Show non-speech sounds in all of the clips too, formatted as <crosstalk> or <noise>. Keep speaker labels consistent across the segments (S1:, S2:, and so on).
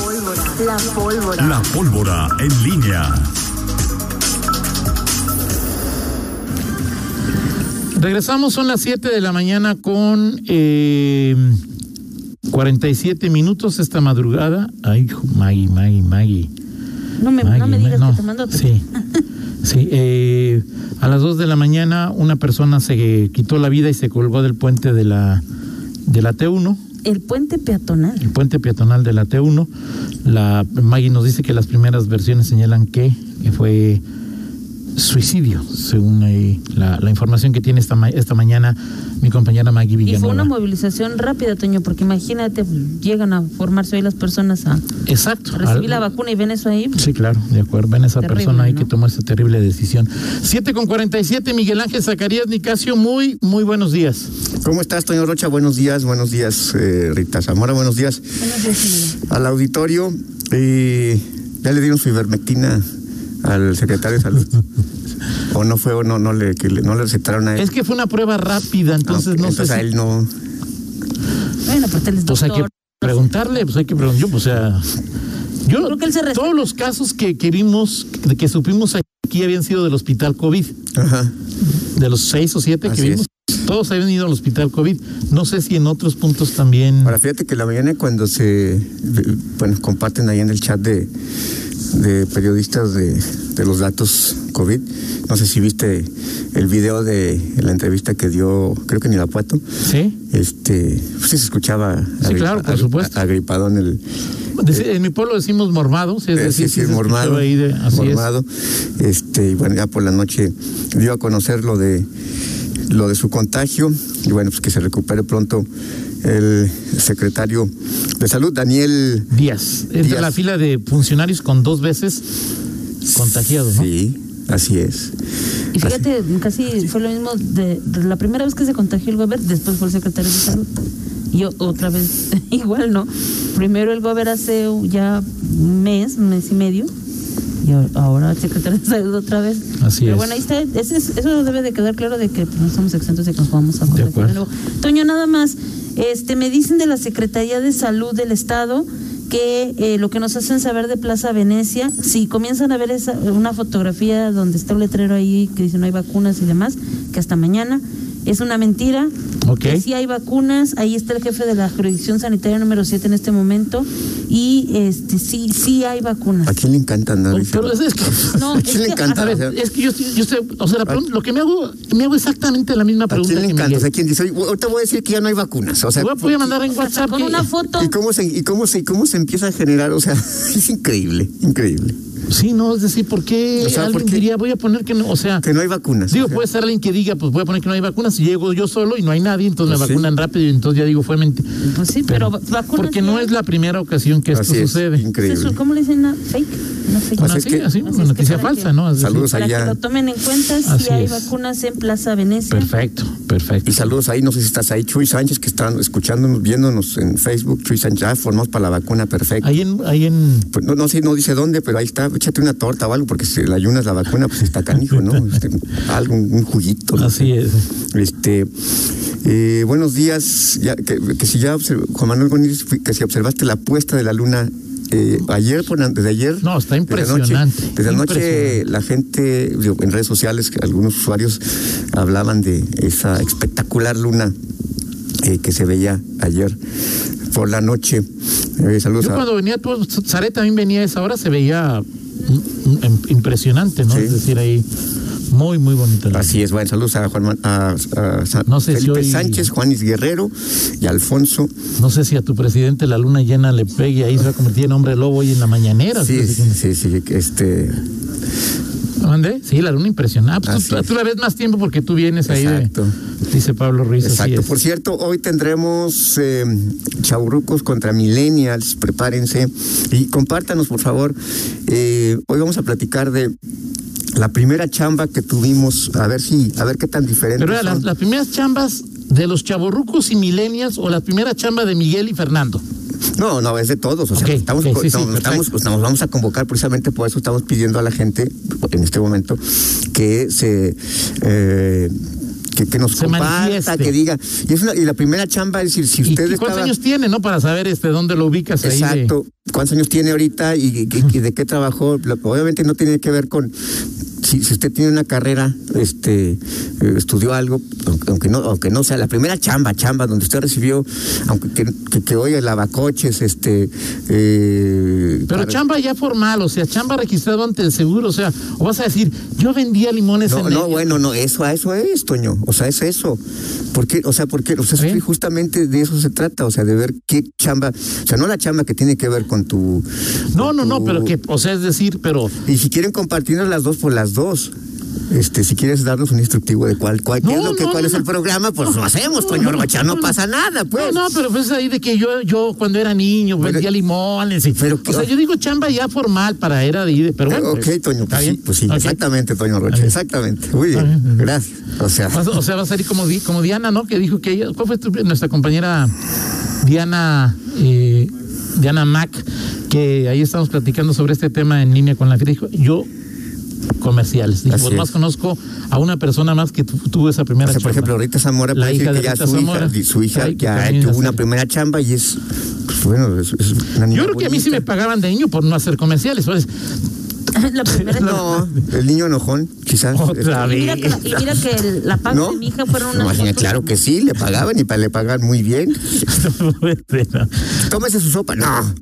S1: La pólvora.
S2: La pólvora en línea.
S3: Regresamos, son las 7 de la mañana con eh, 47 minutos esta madrugada. Ay, ju- Maggie, Maggie, Maggie.
S4: No me,
S3: Maggie,
S4: no me
S3: Ma-
S4: digas
S3: no,
S4: que tomando otro.
S3: Sí. Sí, eh, a las 2 de la mañana una persona se quitó la vida y se colgó del puente de la, de la T1,
S4: El puente peatonal.
S3: el puente peatonal de la T1. La, Maggie nos dice que las primeras versiones señalan que, que fue suicidio, según ahí la, la información que tiene esta, ma- esta mañana mi compañera Maggie
S4: Y
S3: Villanueva.
S4: fue una movilización rápida, Toño, porque imagínate, llegan a formarse hoy las personas a
S3: Exacto.
S4: recibir
S3: Al-
S4: la vacuna y ven eso ahí.
S3: Sí, claro, de acuerdo. Ven esa
S4: Terrible,
S3: persona ahí
S4: ¿no?
S3: que tomó esa terrible decisión. 7 con 47, Miguel Ángel Zacarías Nicasio, muy, muy buenos días.
S5: ¿Cómo estás, Toño Rocha? Buenos días, buenos días, eh, Rita Zamora, buenos días
S4: Buenos días, señora.
S5: al auditorio. eh, ¿Ya le dieron su ivermectina al secretario de Salud? ¿O no fue, o no, no, le, que le- no le recetaron a él?
S3: Es que fue una prueba rápida, entonces
S5: Ah,
S3: no
S5: entonces
S3: sé
S5: a
S3: si-
S5: él no.
S4: Bueno, pues él es
S3: Pues hay que
S4: doctor.
S3: preguntarle, pues hay que preguntar. Yo, pues, o sea, yo,
S4: Creo que él se respeta.
S3: todos los casos que, que vimos, que, que supimos aquí habían sido del hospital COVID,
S5: Ajá.
S3: de los seis o siete
S5: Así
S3: que vimos. Todos habían ido al hospital COVID. No sé si en otros puntos también.
S5: Ahora fíjate que la mañana cuando se de- bueno comparten ahí en el chat de, de periodistas de, de los datos COVID, no sé si viste el video de la entrevista que dio, creo que en Irapuato,
S3: Sí.
S5: este, pues sí se escuchaba
S3: Sí,
S5: agri-
S3: claro, por
S5: agri-
S3: supuesto.
S5: agripadón el
S3: Deci- En mi pueblo decimos mormado, sí, es
S5: eh, sí,
S3: decir,
S5: sí,
S3: sí se escuchaba
S5: mormado,
S3: ahí de- así es.
S5: mormado. Este, y bueno, ya por la noche dio a conocer lo de lo de su contagio y bueno, pues que se recupere pronto el secretario de salud Daniel
S3: Díaz. Entra
S5: Díaz.
S3: la fila de funcionarios con dos veces contagiados, ¿no?
S5: Sí, así es.
S4: Y fíjate, casi fue lo mismo de, de la primera vez que se contagió el Gober, después fue el secretario de salud. Y o- otra vez, <laughs> igual, ¿no? Primero el Gober hace ya un mes, un mes y medio. Y a- ahora el secretario de salud otra vez.
S3: Así
S4: Pero
S3: es.
S4: bueno, ahí está. ese es- eso debe de quedar claro de que pues, no estamos exentos de que nos vamos a contagiar
S3: acuerdo.
S4: de nuevo. Toño, nada más. Este, me dicen de la Secretaría de Salud del Estado que eh, lo que nos hacen saber de Plaza Venecia, si comienzan a ver esa, una fotografía donde está un letrero ahí que dice no hay vacunas y demás, que hasta mañana, es una mentira.
S3: Ok.
S4: Que sí hay vacunas, ahí está el jefe de la jurisdicción sanitaria número 7 en este momento, y este sí, sí hay vacunas.
S5: ¿A quién le encanta andar?
S3: Oh, Pero
S5: diciendo?
S3: es, es que,
S4: No,
S5: ¿A
S4: es
S5: quién le
S4: que-
S5: encanta?
S3: a
S5: O
S3: ver,
S5: sea,
S3: es que yo, estoy- yo estoy- o sea, la pregunta- lo que me hago, me hago exactamente la misma
S5: ¿A
S3: pregunta
S5: quién le
S3: que
S5: encanta? O
S3: Miguel.
S5: sea, ¿quién dice, "Oye, ahor- ahorita voy a decir que ya no hay vacunas? O sea,
S3: Te voy a- voy a mandar en
S4: Hasta
S3: WhatsApp
S4: con
S3: que-
S4: una foto.
S5: ¿y cómo, se, y, cómo se, y cómo se empieza a generar? O sea, <laughs> es increíble, increíble.
S3: Sí, no, es decir, ¿por qué
S5: O sea,
S3: alguien
S5: ¿por qué?
S3: diría voy a poner que no? O sea,
S5: Que no hay vacunas.
S3: digo,
S5: O sea,
S3: puede ser alguien que diga, pues voy a poner que no hay vacunas, y llego yo solo y no hay nadie, entonces
S5: Pues
S3: me
S5: sí.
S3: vacunan rápido y entonces ya digo, fue mentira.
S4: Pues sí, pero, vacunas.
S3: Porque
S4: sí
S3: no
S4: hay.
S3: es la primera ocasión que esto
S5: así es,
S3: sucede.
S5: increíble.
S4: Eso, ¿Cómo le dicen? Una fake. Una fake.
S3: Bueno,
S5: Así es
S3: sí,
S5: que-
S3: así,
S4: Así
S3: una
S4: es que
S3: noticia
S4: para que-
S3: falsa, ¿no? Es decir,
S5: Saludos
S4: Para que
S5: pues allá.
S4: lo tomen en cuenta,
S3: Así
S4: si hay
S3: es.
S4: vacunas en Plaza Venecia. <laughs>
S3: Perfecto, perfecto.
S5: Y saludos ahí, no sé si estás ahí, Chuy Sánchez, que están escuchándonos, viéndonos en Facebook. Chuy Sánchez, ya formamos para la vacuna perfecta.
S3: Ahí en, ahí en
S5: Pues no, no sé, no dice dónde, pero ahí está, échate una torta o algo, porque si la ayunas la vacuna, pues está canijo, ¿no? Este, algo, un un juguito. no
S3: Así
S5: sé.
S3: es.
S5: Este, eh, buenos días, ya, que, que si ya, observ- Juan Manuel Gómez, fui- que si observaste la puesta de la luna eh, ayer, por an- desde ayer.
S3: No, está
S5: desde anoche.
S3: impresionante,
S5: Desde anoche
S3: impresionante.
S5: la gente, digo, en redes sociales, que algunos usuarios hablaban de esa espectacular luna eh, que se veía ayer por la noche. Eh, saludos
S3: Yo
S5: a-
S3: cuando venía, tú, Zaret también venía a esa hora, se veía mm, mm, em- impresionante, ¿no?
S5: Sí.
S3: Es decir, ahí muy, muy bonita. la-
S5: Así es, bueno, saludos a Juan Man- a, a Sa-
S3: No sé si
S5: Felipe
S3: hoy-
S5: Sánchez, Juanis Guerrero y Alfonso.
S3: No sé si a tu presidente la luna llena le pegue, ahí se va a convertir en hombre lobo hoy en la mañanera.
S5: Sí,
S3: Así que-
S5: sí, sí, sí, este
S3: ¿Mandé? Sí, la luna impresionante. Ah, pues
S5: Así
S3: tú,
S5: es.
S3: tú la ves más tiempo porque tú vienes ahí de-
S5: Exacto.
S3: dice Pablo Ruiz. así
S5: Exacto.
S3: es.
S5: Por cierto, hoy tendremos eh, Chaburrucos contra Millennials, prepárense. Y compártanos, por favor. Eh, hoy vamos a platicar de la primera chamba que tuvimos, a ver si, a ver qué tan diferente.
S3: Pero era las, las primeras chambas de los chavorrucos y milenias o la primera chamba de Miguel y Fernando.
S5: No, no, es de todos. O sea,
S3: Ok,
S5: estamos,
S3: ok,
S5: co-
S3: sí, sí,
S5: estamos-
S3: perfecto.
S5: estamos- pues, nos vamos a convocar precisamente por eso estamos pidiendo a la gente en este momento que se eh, que, que nos
S3: Se
S5: comparta,
S3: manifieste.
S5: que diga. Y, es una- y la primera chamba es decir, si
S3: ¿Y
S5: usted
S3: cuántos
S5: estaba-
S3: años tiene, no? Para saber este dónde lo ubicas ahí. de-
S5: Exacto. cuántos años tiene ahorita y, y, y de qué trabajó. Obviamente no tiene que ver con si, si, usted tiene una carrera, este, eh, estudió algo, aunque, aunque, no, aunque no sea la primera chamba, chamba donde usted recibió, aunque que, que, que hoy el lavacoches, este.
S3: Eh, Pero para... chamba ya formal, o sea, chamba registrado ante el seguro, o sea, o vas a decir, yo vendía limones
S5: no,
S3: en
S5: No, el... bueno, no, eso, a eso es, Toño, o sea, es eso. Porque, o sea, porque, o sea, ¿Eh? justamente de eso se trata, o sea, de ver qué chamba, o sea, no la chamba que tiene que ver con tu.
S3: No, no, tu... no,
S5: Uh.
S3: pero que, o sea, es decir, pero.
S5: Y si quieren compartirnos las dos, por las dos. Este, si quieres darnos un instructivo de cuál, cuál, no, qué es, lo que, no, cuál no, es el programa, pues lo hacemos, Toño Rocha, no pasa nada, pues.
S3: No, pero pues ahí de que yo, yo cuando era niño pero, vendía limones y, pero, o sea, yo digo chamba ya formal para era de, de pero bueno.
S5: Ok, pues, Toño, pues, sí, pues sí okay. exactamente, Toño Rocha, exactamente. Muy bien, bien, gracias. O sea.
S3: o sea, va a salir como, como Diana, ¿no? Que dijo que ella, ¿cuál fue tu, nuestra compañera Diana? Eh, Diana Mac, que ahí estamos platicando sobre este tema en línea con la que dijo, yo comerciales. Digo, pues más conozco a una persona más que tuvo esa primera o sea,
S5: chamba. Por ejemplo, ahorita Zamora la puede hija decir que ya su, Zamora, hija, su hija, ya tuvo una primera chamba y es, pues bueno, es, es
S3: una niña Yo creo bonita. que a mí sí me pagaban de niño por no hacer comerciales.
S5: <laughs>
S3: Pues. <laughs>
S5: La primera no, la... el niño enojón, quizás. este,
S4: Otra vez. Y mira que la, y mira que la paga ¿No? de mi hija fueron una.
S5: Imagina, claro que sí, le pagaban y pa, le pagan muy bien. Tómese su sopa, no.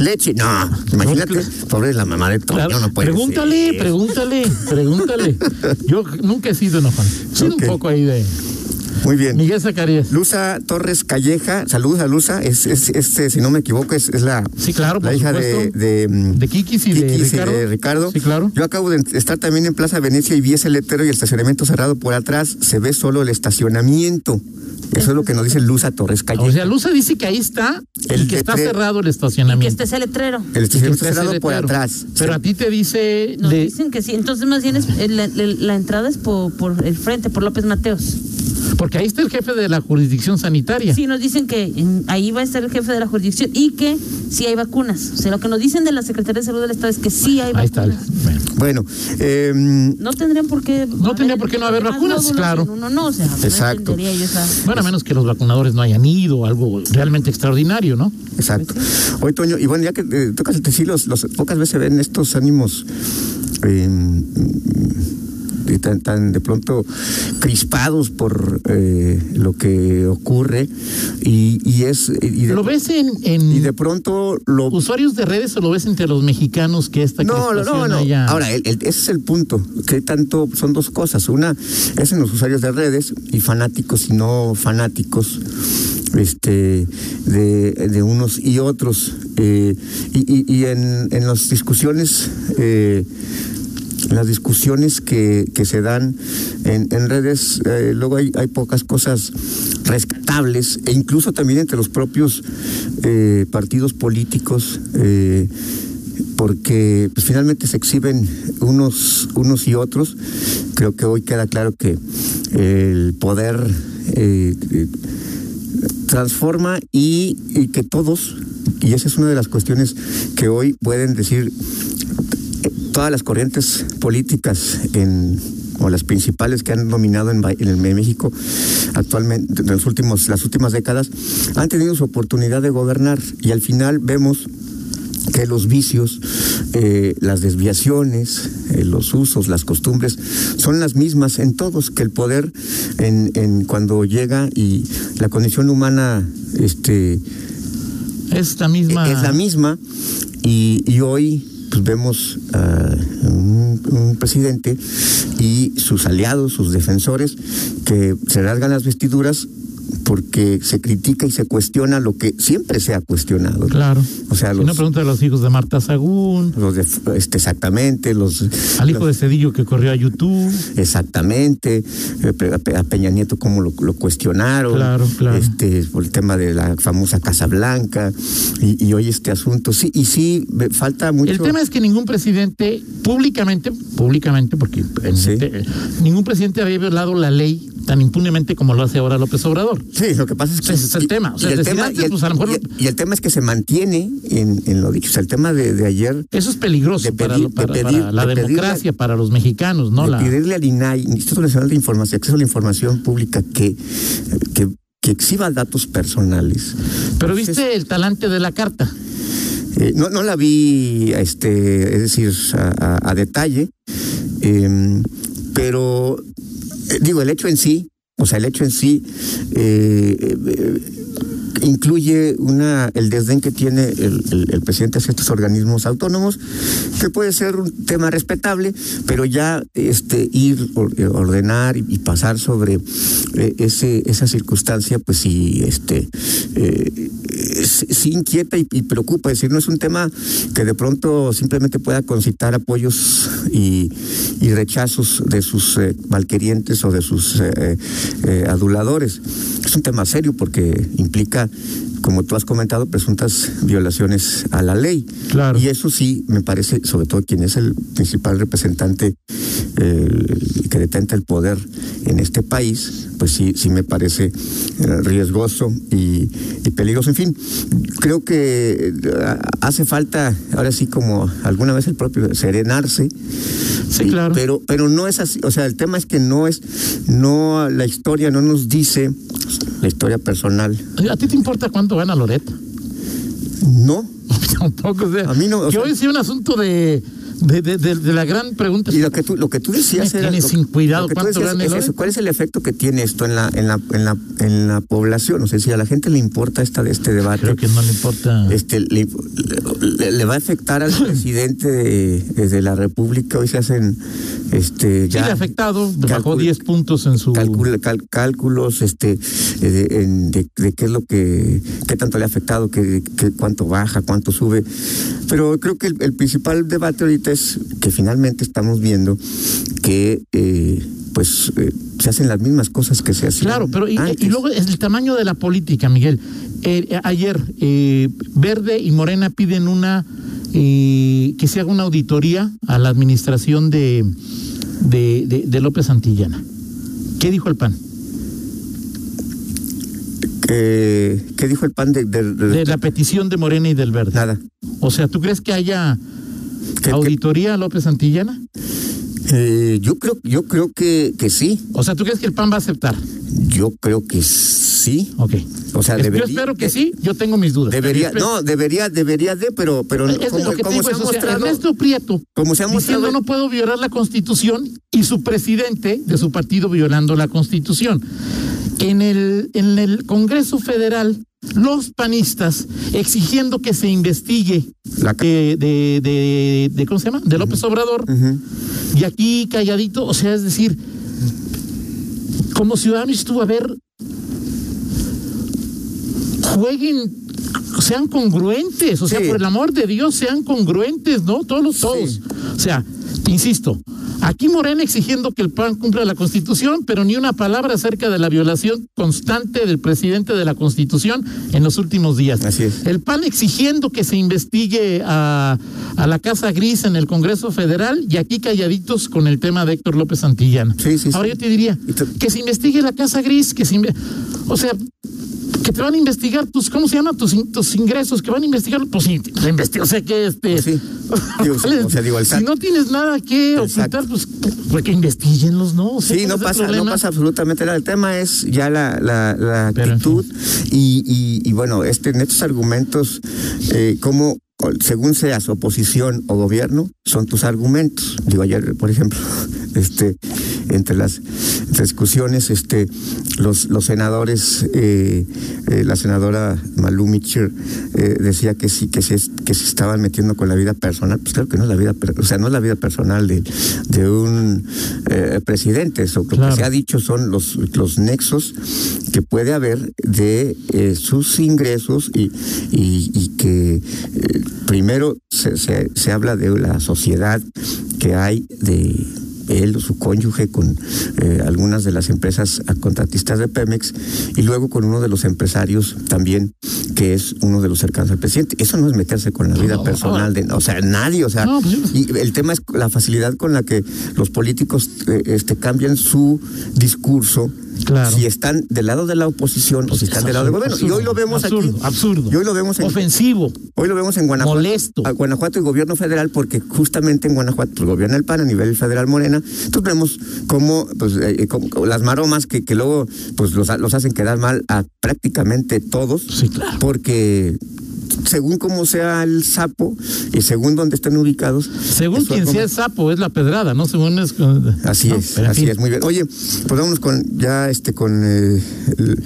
S5: Leche, no. Imagínate, pobre la mamá de Toño, claro. no puede
S3: Pregúntale,
S5: ser.
S3: pregúntale, pregúntale. <laughs> Yo nunca he sido enojón. He sido okay. un poco ahí de.
S5: Muy bien.
S3: Miguel Zacarías.
S5: Luza Torres Calleja, saludos a Luza, es, es, este, si no me equivoco, es, es la,
S3: sí, claro,
S5: la hija
S3: de,
S5: de, mm,
S3: de Kikis y, Kikis de, Ricardo.
S5: Y de Ricardo.
S3: Sí, claro.
S5: Yo acabo de estar también en Plaza Venecia y vi ese letrero y el estacionamiento cerrado por atrás, se ve solo el estacionamiento. Eso es lo que nos dice Luza Torres Calleja.
S3: O sea, Luza dice que ahí está el y que está cerrado el estacionamiento.
S4: Y que está ese letrero.
S5: El estacionamiento está cerrado por atrás.
S3: Pero sí. a ti te dice...
S4: Nos dicen que sí, entonces más bien es, eh, la, la, la, entrada es por, por el frente, por López Mateos.
S3: Porque ahí está el jefe de la jurisdicción sanitaria.
S4: Sí, nos dicen que ahí va a estar el jefe de la jurisdicción y que sí hay vacunas. O sea, lo que nos dicen de la Secretaría de Salud del Estado es que sí hay ahí vacunas.
S5: Ahí está. Bueno, eh,
S4: no tendrían por qué.
S3: No tendría por qué no haber vacunas, claro.
S4: Uno, no, o sea,
S5: Exacto.
S4: Yo esa...
S3: Bueno, a menos que los vacunadores no hayan ido, algo realmente extraordinario, ¿no?
S5: Exacto. Hoy, Toño, y bueno, ya que eh, tocas el tejido, los, los, pocas veces se ven estos ánimos. Eh, y tan, tan, de pronto crispados por eh, lo que ocurre y, y es y de,
S3: lo ves en, en,
S5: y de pronto lo
S3: usuarios de redes o lo ves entre los mexicanos que esta
S5: no no no, no. Haya... ahora el, el, ese es el punto que tanto son dos cosas una es en los usuarios de redes y fanáticos y no fanáticos este de, de unos y otros eh, y, y, en, en las discusiones eh, las discusiones que, que, se dan en, en redes, eh, luego hay, hay, pocas cosas rescatables, e incluso también entre los propios eh, partidos políticos, eh, porque pues, finalmente se exhiben unos, unos y otros. Creo que hoy queda claro que eh, el poder eh, transforma y, y que todos, y esa es una de las cuestiones que hoy pueden decir todas las corrientes políticas en, o las principales que han dominado en, en, el, en México actualmente, en los últimos, las últimas décadas, han tenido su oportunidad de gobernar y al final vemos que los vicios, eh, las desviaciones, eh, los usos, las costumbres son las mismas en todos, que el poder en, en cuando llega y la condición humana este,
S3: es la misma.
S5: Es la misma y, y hoy pues vemos a uh, un, un, presidente y sus aliados, sus defensores, que se rasgan las vestiduras porque se critica y se cuestiona lo que siempre se ha cuestionado.
S3: Claro. O sea, los, si no pregunta a los hijos de Marta Sagún.
S5: Los de, este, exactamente, los
S3: al hijo los, de Cedillo que corrió a YouTube.
S5: Exactamente, eh, a Peña Nieto cómo lo, lo, cuestionaron.
S3: Claro, claro.
S5: Este, por el tema de la famosa Casa Blanca y, y, hoy este asunto. Sí, y sí falta mucho.
S3: El tema es que ningún presidente públicamente, públicamente porque ¿Sí? este, ningún presidente había violado la ley tan impunemente como lo hace ahora López Obrador.
S5: Sí, lo que pasa es que.
S3: Ese es Pues, el tema. O sea,
S5: y, el tema antes, y, el, pues mejor... y, el tema es que se mantiene en, en lo dicho. O sea, el tema de, de ayer.
S3: Eso es peligroso
S5: de
S3: pedir, para, lo, para, de pedir, para, la de democracia, pedirle, para los mexicanos, ¿no?
S5: De
S3: la...
S5: Pedirle al INAI, Instituto Nacional de Información, Acceso a la Información Pública, que, que que exhiba datos personales. Pues,
S3: Pero viste el talante de la carta.
S5: Eh, no, no la vi, este, es decir, a, a- a detalle, eh, pero eh, digo, el hecho en sí, o sea, el hecho en sí eh, eh, eh, incluye una, el desdén que tiene el, el- el presidente hacia estos organismos autónomos, que puede ser un tema respetable, pero ya este, ir, or- eh, ordenar y, y pasar sobre eh, ese, esa circunstancia, pues sí, este, eh, eh, sí sí inquieta y, y preocupa. Es decir, no es un tema que de pronto simplemente pueda concitar apoyos y, y rechazos de sus eh, malquerientes o de sus eh, eh, eh, aduladores. Es un tema serio porque implica, como tú has comentado, presuntas violaciones a la ley.
S3: Claro.
S5: Y eso sí, me parece, sobre todo quien es el principal representante eh, que detenta el poder en este país, pues sí, sí me parece eh, riesgoso y, y peligroso. En fin, creo que eh, hace falta, ahora sí como alguna vez el propio, serenarse.
S3: Sí, claro.
S5: Pero, pero no es así, o sea, el tema es que no es, no, la historia no nos dice, la historia personal,
S3: ¿A ti te importa cuánto gana <laughs> Loret?
S5: no.
S3: Tampoco, o sea,
S5: A mí no, o
S3: que
S5: sea-
S3: hoy sí un asunto de, de, de- de- de la gran pregunta.
S5: Y lo que tú, lo que tú decías
S3: Me
S5: era.
S3: tienes
S5: lo-
S3: sin cuidado,
S5: lo que tú
S3: ¿cuánto
S5: decías
S3: gana el
S5: es
S3: oro?
S5: eso. ¿Cuál es el efecto que tiene esto en la, en la, en la, en la población? O sea, si a la gente le importa esta, este debate.
S3: Creo que no le importa.
S5: Este, le, le- le va a
S3: <coughs>
S5: afectar al presidente de, de la República. Hoy se hacen. Este,
S3: Chile afectado, bajó
S5: calcul-
S3: 10 puntos en su...
S5: calcula- cal- cálculos este eh, de, en- de- de qué es lo que qué tanto le ha afectado qué, qué- cuánto baja cuánto sube pero creo que el, el principal debate ahorita es que finalmente estamos viendo que eh, pues eh, se hacen las mismas cosas que se hacían
S3: Claro, pero y,
S5: antes.
S3: y luego es el tamaño de la política, Miguel. Eh, eh, ayer, eh, Verde y Morena piden una eh, que se haga una auditoría a la administración de, de, de- de López Santillana. ¿Qué dijo el PAN?
S5: Eh, qué dijo el pan de, de- de-
S3: De la petición de Morena y del Verde.
S5: nada
S3: O sea, ¿tú crees que haya
S5: Que- que-
S3: auditoría a López Santillana?
S5: eh, yo creo yo creo que, que sí
S3: O sea, ¿tú crees que el PAN va a aceptar?
S5: yo creo que sí
S3: Ok.
S5: o sea
S3: Es-
S5: debería,
S3: yo espero que
S5: de-
S3: sí, yo tengo mis dudas.
S5: debería
S3: Yo espero-
S5: no debería debería de pero pero
S3: Es- es
S5: como,
S3: lo que te
S5: como
S3: digo,
S5: se ha
S3: es, o sea,
S5: mostrado
S3: Ernesto Prieto
S5: como se ha mostrado
S3: diciendo no puedo violar la constitución y su presidente de su partido violando la constitución. En el, en el Congreso Federal, los panistas exigiendo que se investigue
S5: La ca-
S3: de, de, de- de- ¿cómo se llama? De López Obrador.
S5: Ujú.
S3: Y aquí calladito, o sea, es decir, como ciudadanos tú, a ver, jueguen, sean congruentes, o sea,
S5: Sí.
S3: por el amor de Dios, sean congruentes, ¿no? Todos los todos.
S5: Sí.
S3: O sea, insisto, aquí Morena exigiendo que el PAN cumpla la Constitución, pero ni una palabra acerca de la violación constante del presidente de la Constitución en los últimos días.
S5: Así es.
S3: El PAN exigiendo que se investigue a, a la Casa Gris en el Congreso Federal y aquí calladitos con el tema de Héctor López Santillana.
S5: Sí, sí, sí.
S3: Ahora yo te diría,
S5: Y tú-
S3: que se investigue la Casa Gris, que se... inve- O sea, que te van a investigar tus, ¿cómo se llama? Tus, in- tus ingresos, que van a investigar, pues in- la investi- o sea que este...
S5: Pues sí. Digo,
S3: <laughs>
S5: o sea, digo, el SAT.
S3: si no tienes nada que
S5: Exacto.
S3: ocultar, pues, pues que investiguenlos, ¿no? O sea,
S5: Sí,
S3: ¿cuál
S5: no
S3: es el
S5: pasa, no
S3: problema?
S5: pasa absolutamente nada. El tema es ya la, la, la
S3: Pero, en fin.
S5: actitud y, y, y, bueno, este, en estos argumentos, eh, como según seas oposición o gobierno, son tus argumentos. Digo, ayer, por ejemplo, <laughs> este, entre las discusiones, este, los, los senadores, eh, eh, la senadora Malú Michir eh, decía que sí, que se, es- que se estaban metiendo con la vida personal. Pues claro que no es la vida, per- o sea, no es la vida personal de, de un eh, presidente. Eso, lo
S3: Claro.
S5: que se ha dicho son los, los nexos que puede haber de eh, sus ingresos y, y, y que eh, primero se, se, se habla de la sociedad que hay de él o su cónyuge con eh, algunas de las empresas contratistas de Pemex y luego con uno de los empresarios también que es uno de los cercanos al presidente. Eso no es meterse con la vida
S3: No,
S5: personal de, o sea, nadie, o sea,
S3: No, pues yo-
S5: y el tema es la facilidad con la que los políticos eh, este, cambian su discurso
S3: Claro.
S5: si están del lado de la oposición o si están del lado del gobierno. y hoy lo vemos
S3: Pues, absurdo,
S5: aquí.
S3: Absurdo.
S5: Y hoy lo vemos en,
S3: Ofensivo.
S5: hoy lo vemos en Guanajuato.
S3: Molesto.
S5: a Guanajuato y gobierno federal, porque justamente en Guanajuato pues, gobierna el PAN a nivel federal morena. Entonces vemos cómo, pues, eh, cómo- cómo las maromas que, que luego pues, los, los hacen quedar mal a prácticamente todos.
S3: Sí, claro.
S5: Porque según cómo sea el sapo y según dónde estén ubicados.
S3: Según
S5: eso
S3: quien
S5: es
S3: sea el sapo, es la pedrada, ¿no? Según es.
S5: Así
S3: No,
S5: es,
S3: pero en
S5: así
S3: fin.
S5: es, muy bien. Oye, pues vámonos con ya este con eh, el-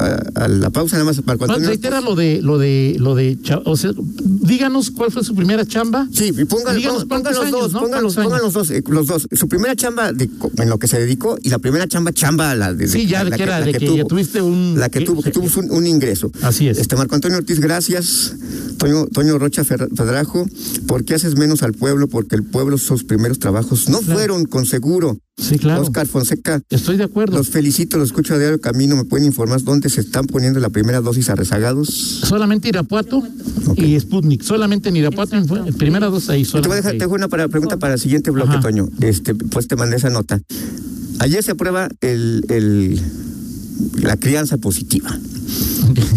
S5: a, a la pausa nada más para cuando
S3: Bueno, reitera lo de, lo de, lo de, cha- o sea, díganos cuál fue su primera chamba.
S5: Sí, y pongan,
S3: Díganos
S5: pongan-
S3: cuántos
S5: pongan los
S3: años,
S5: dos,
S3: ¿no?
S5: pongan, los,
S3: ¿Cuántos
S5: pongan los dos, eh, los dos. Su primera chamba de co- en lo que se dedicó y la primera chamba chamba la de, de-
S3: Sí, ya
S5: la,
S3: de que era, de que
S5: tuvo,
S3: ya tuviste un-
S5: la que
S3: ¿qué?
S5: tuvo, que tuvo un, un ingreso.
S3: Así es.
S5: Este Marco Antonio Ortiz, gracias. Toño, Toño Rocha Fer- Pedrajo, ¿por qué haces menos al pueblo? Porque el pueblo sus primeros trabajos no
S3: Claro.
S5: fueron con seguro.
S3: Sí, claro.
S5: Oscar Fonseca,
S3: Estoy de acuerdo.
S5: los felicito, los escucho a diario camino. ¿Me pueden informar dónde se están poniendo la primera dosis a rezagados?
S3: Solamente Irapuato
S5: Ok.
S3: y Sputnik. Solamente en Irapuato, en fu- primera dos ahí.
S5: Te voy a
S3: solamente
S5: dejar, te
S3: ahí.
S5: dejo una para- pregunta para el siguiente bloque,
S3: Ajá.
S5: Toño. Este, pues te mandé esa nota. Ayer se aprueba el, el- la crianza positiva.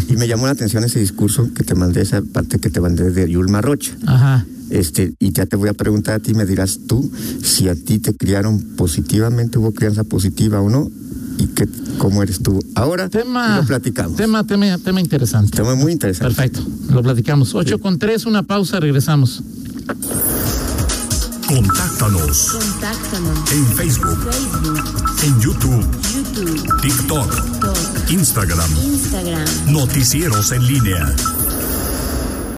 S5: Y me llamó la atención ese discurso que te mandé, esa parte que te mandé de Yulma Rocha.
S3: <laughs> Ajá.
S5: Este, y ya te voy a preguntar a ti, me dirás tú si a ti te criaron positivamente, hubo crianza positiva o no, y qué, cómo eres tú ahora.
S3: Tema.
S5: y lo platicamos.
S3: Tema, tema, tema interesante.
S5: Tema muy interesante.
S3: Perfecto. Lo platicamos. 8 con 3, una pausa, regresamos.
S2: Contáctanos
S1: Contáctanos.
S2: en Facebook,
S1: Facebook,
S2: en YouTube,
S1: YouTube,
S2: TikTok,
S1: Talk,
S2: Instagram,
S1: Instagram.
S2: Noticieros en línea.